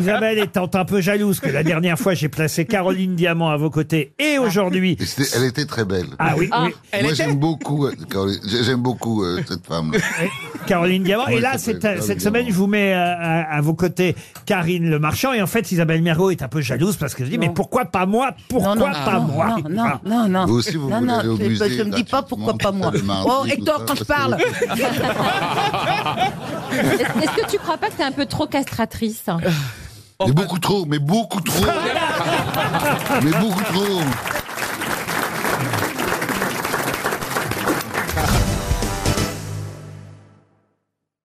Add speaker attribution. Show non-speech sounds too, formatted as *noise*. Speaker 1: Isabelle étant un peu jalouse que la dernière fois j'ai placé Caroline Diamant à vos côtés et aujourd'hui.
Speaker 2: Et c'était- elle était très belle.
Speaker 1: Ah oui, oui,
Speaker 2: Moi, j'aime beaucoup, euh, Caroline- j'ai- j'aime beaucoup euh, cette femme.
Speaker 3: Ah.
Speaker 1: Caroline Diamant.
Speaker 2: Ouais,
Speaker 1: et là,
Speaker 2: ça
Speaker 1: cette,
Speaker 2: peut être
Speaker 1: cette
Speaker 2: Caroline
Speaker 1: semaine, je vous mets à, à- à vos côtés Karine Le Marchand. Et en fait, Isabelle Mergo est un peu jalouse parce qu'elle se dit Mais pourquoi pas moi Pourquoi pas
Speaker 3: non,
Speaker 1: moi
Speaker 3: Non, non, non, non.
Speaker 2: Vous aussi, vous
Speaker 3: non,
Speaker 2: voulez
Speaker 3: non,
Speaker 2: aller au
Speaker 3: je-
Speaker 2: musée
Speaker 3: Je me dis pas pourquoi
Speaker 2: gratuitement,
Speaker 3: pas moi.
Speaker 2: le mardi,
Speaker 3: Oh,
Speaker 2: tout
Speaker 3: Hector,
Speaker 2: ça,
Speaker 3: quand je
Speaker 2: parce que-
Speaker 3: parle.
Speaker 4: Est-ce est-ce que tu crois pas que t'es un peu trop castratrice
Speaker 3: *laughs*
Speaker 2: Mais beaucoup trop, mais beaucoup trop. mais beaucoup trop.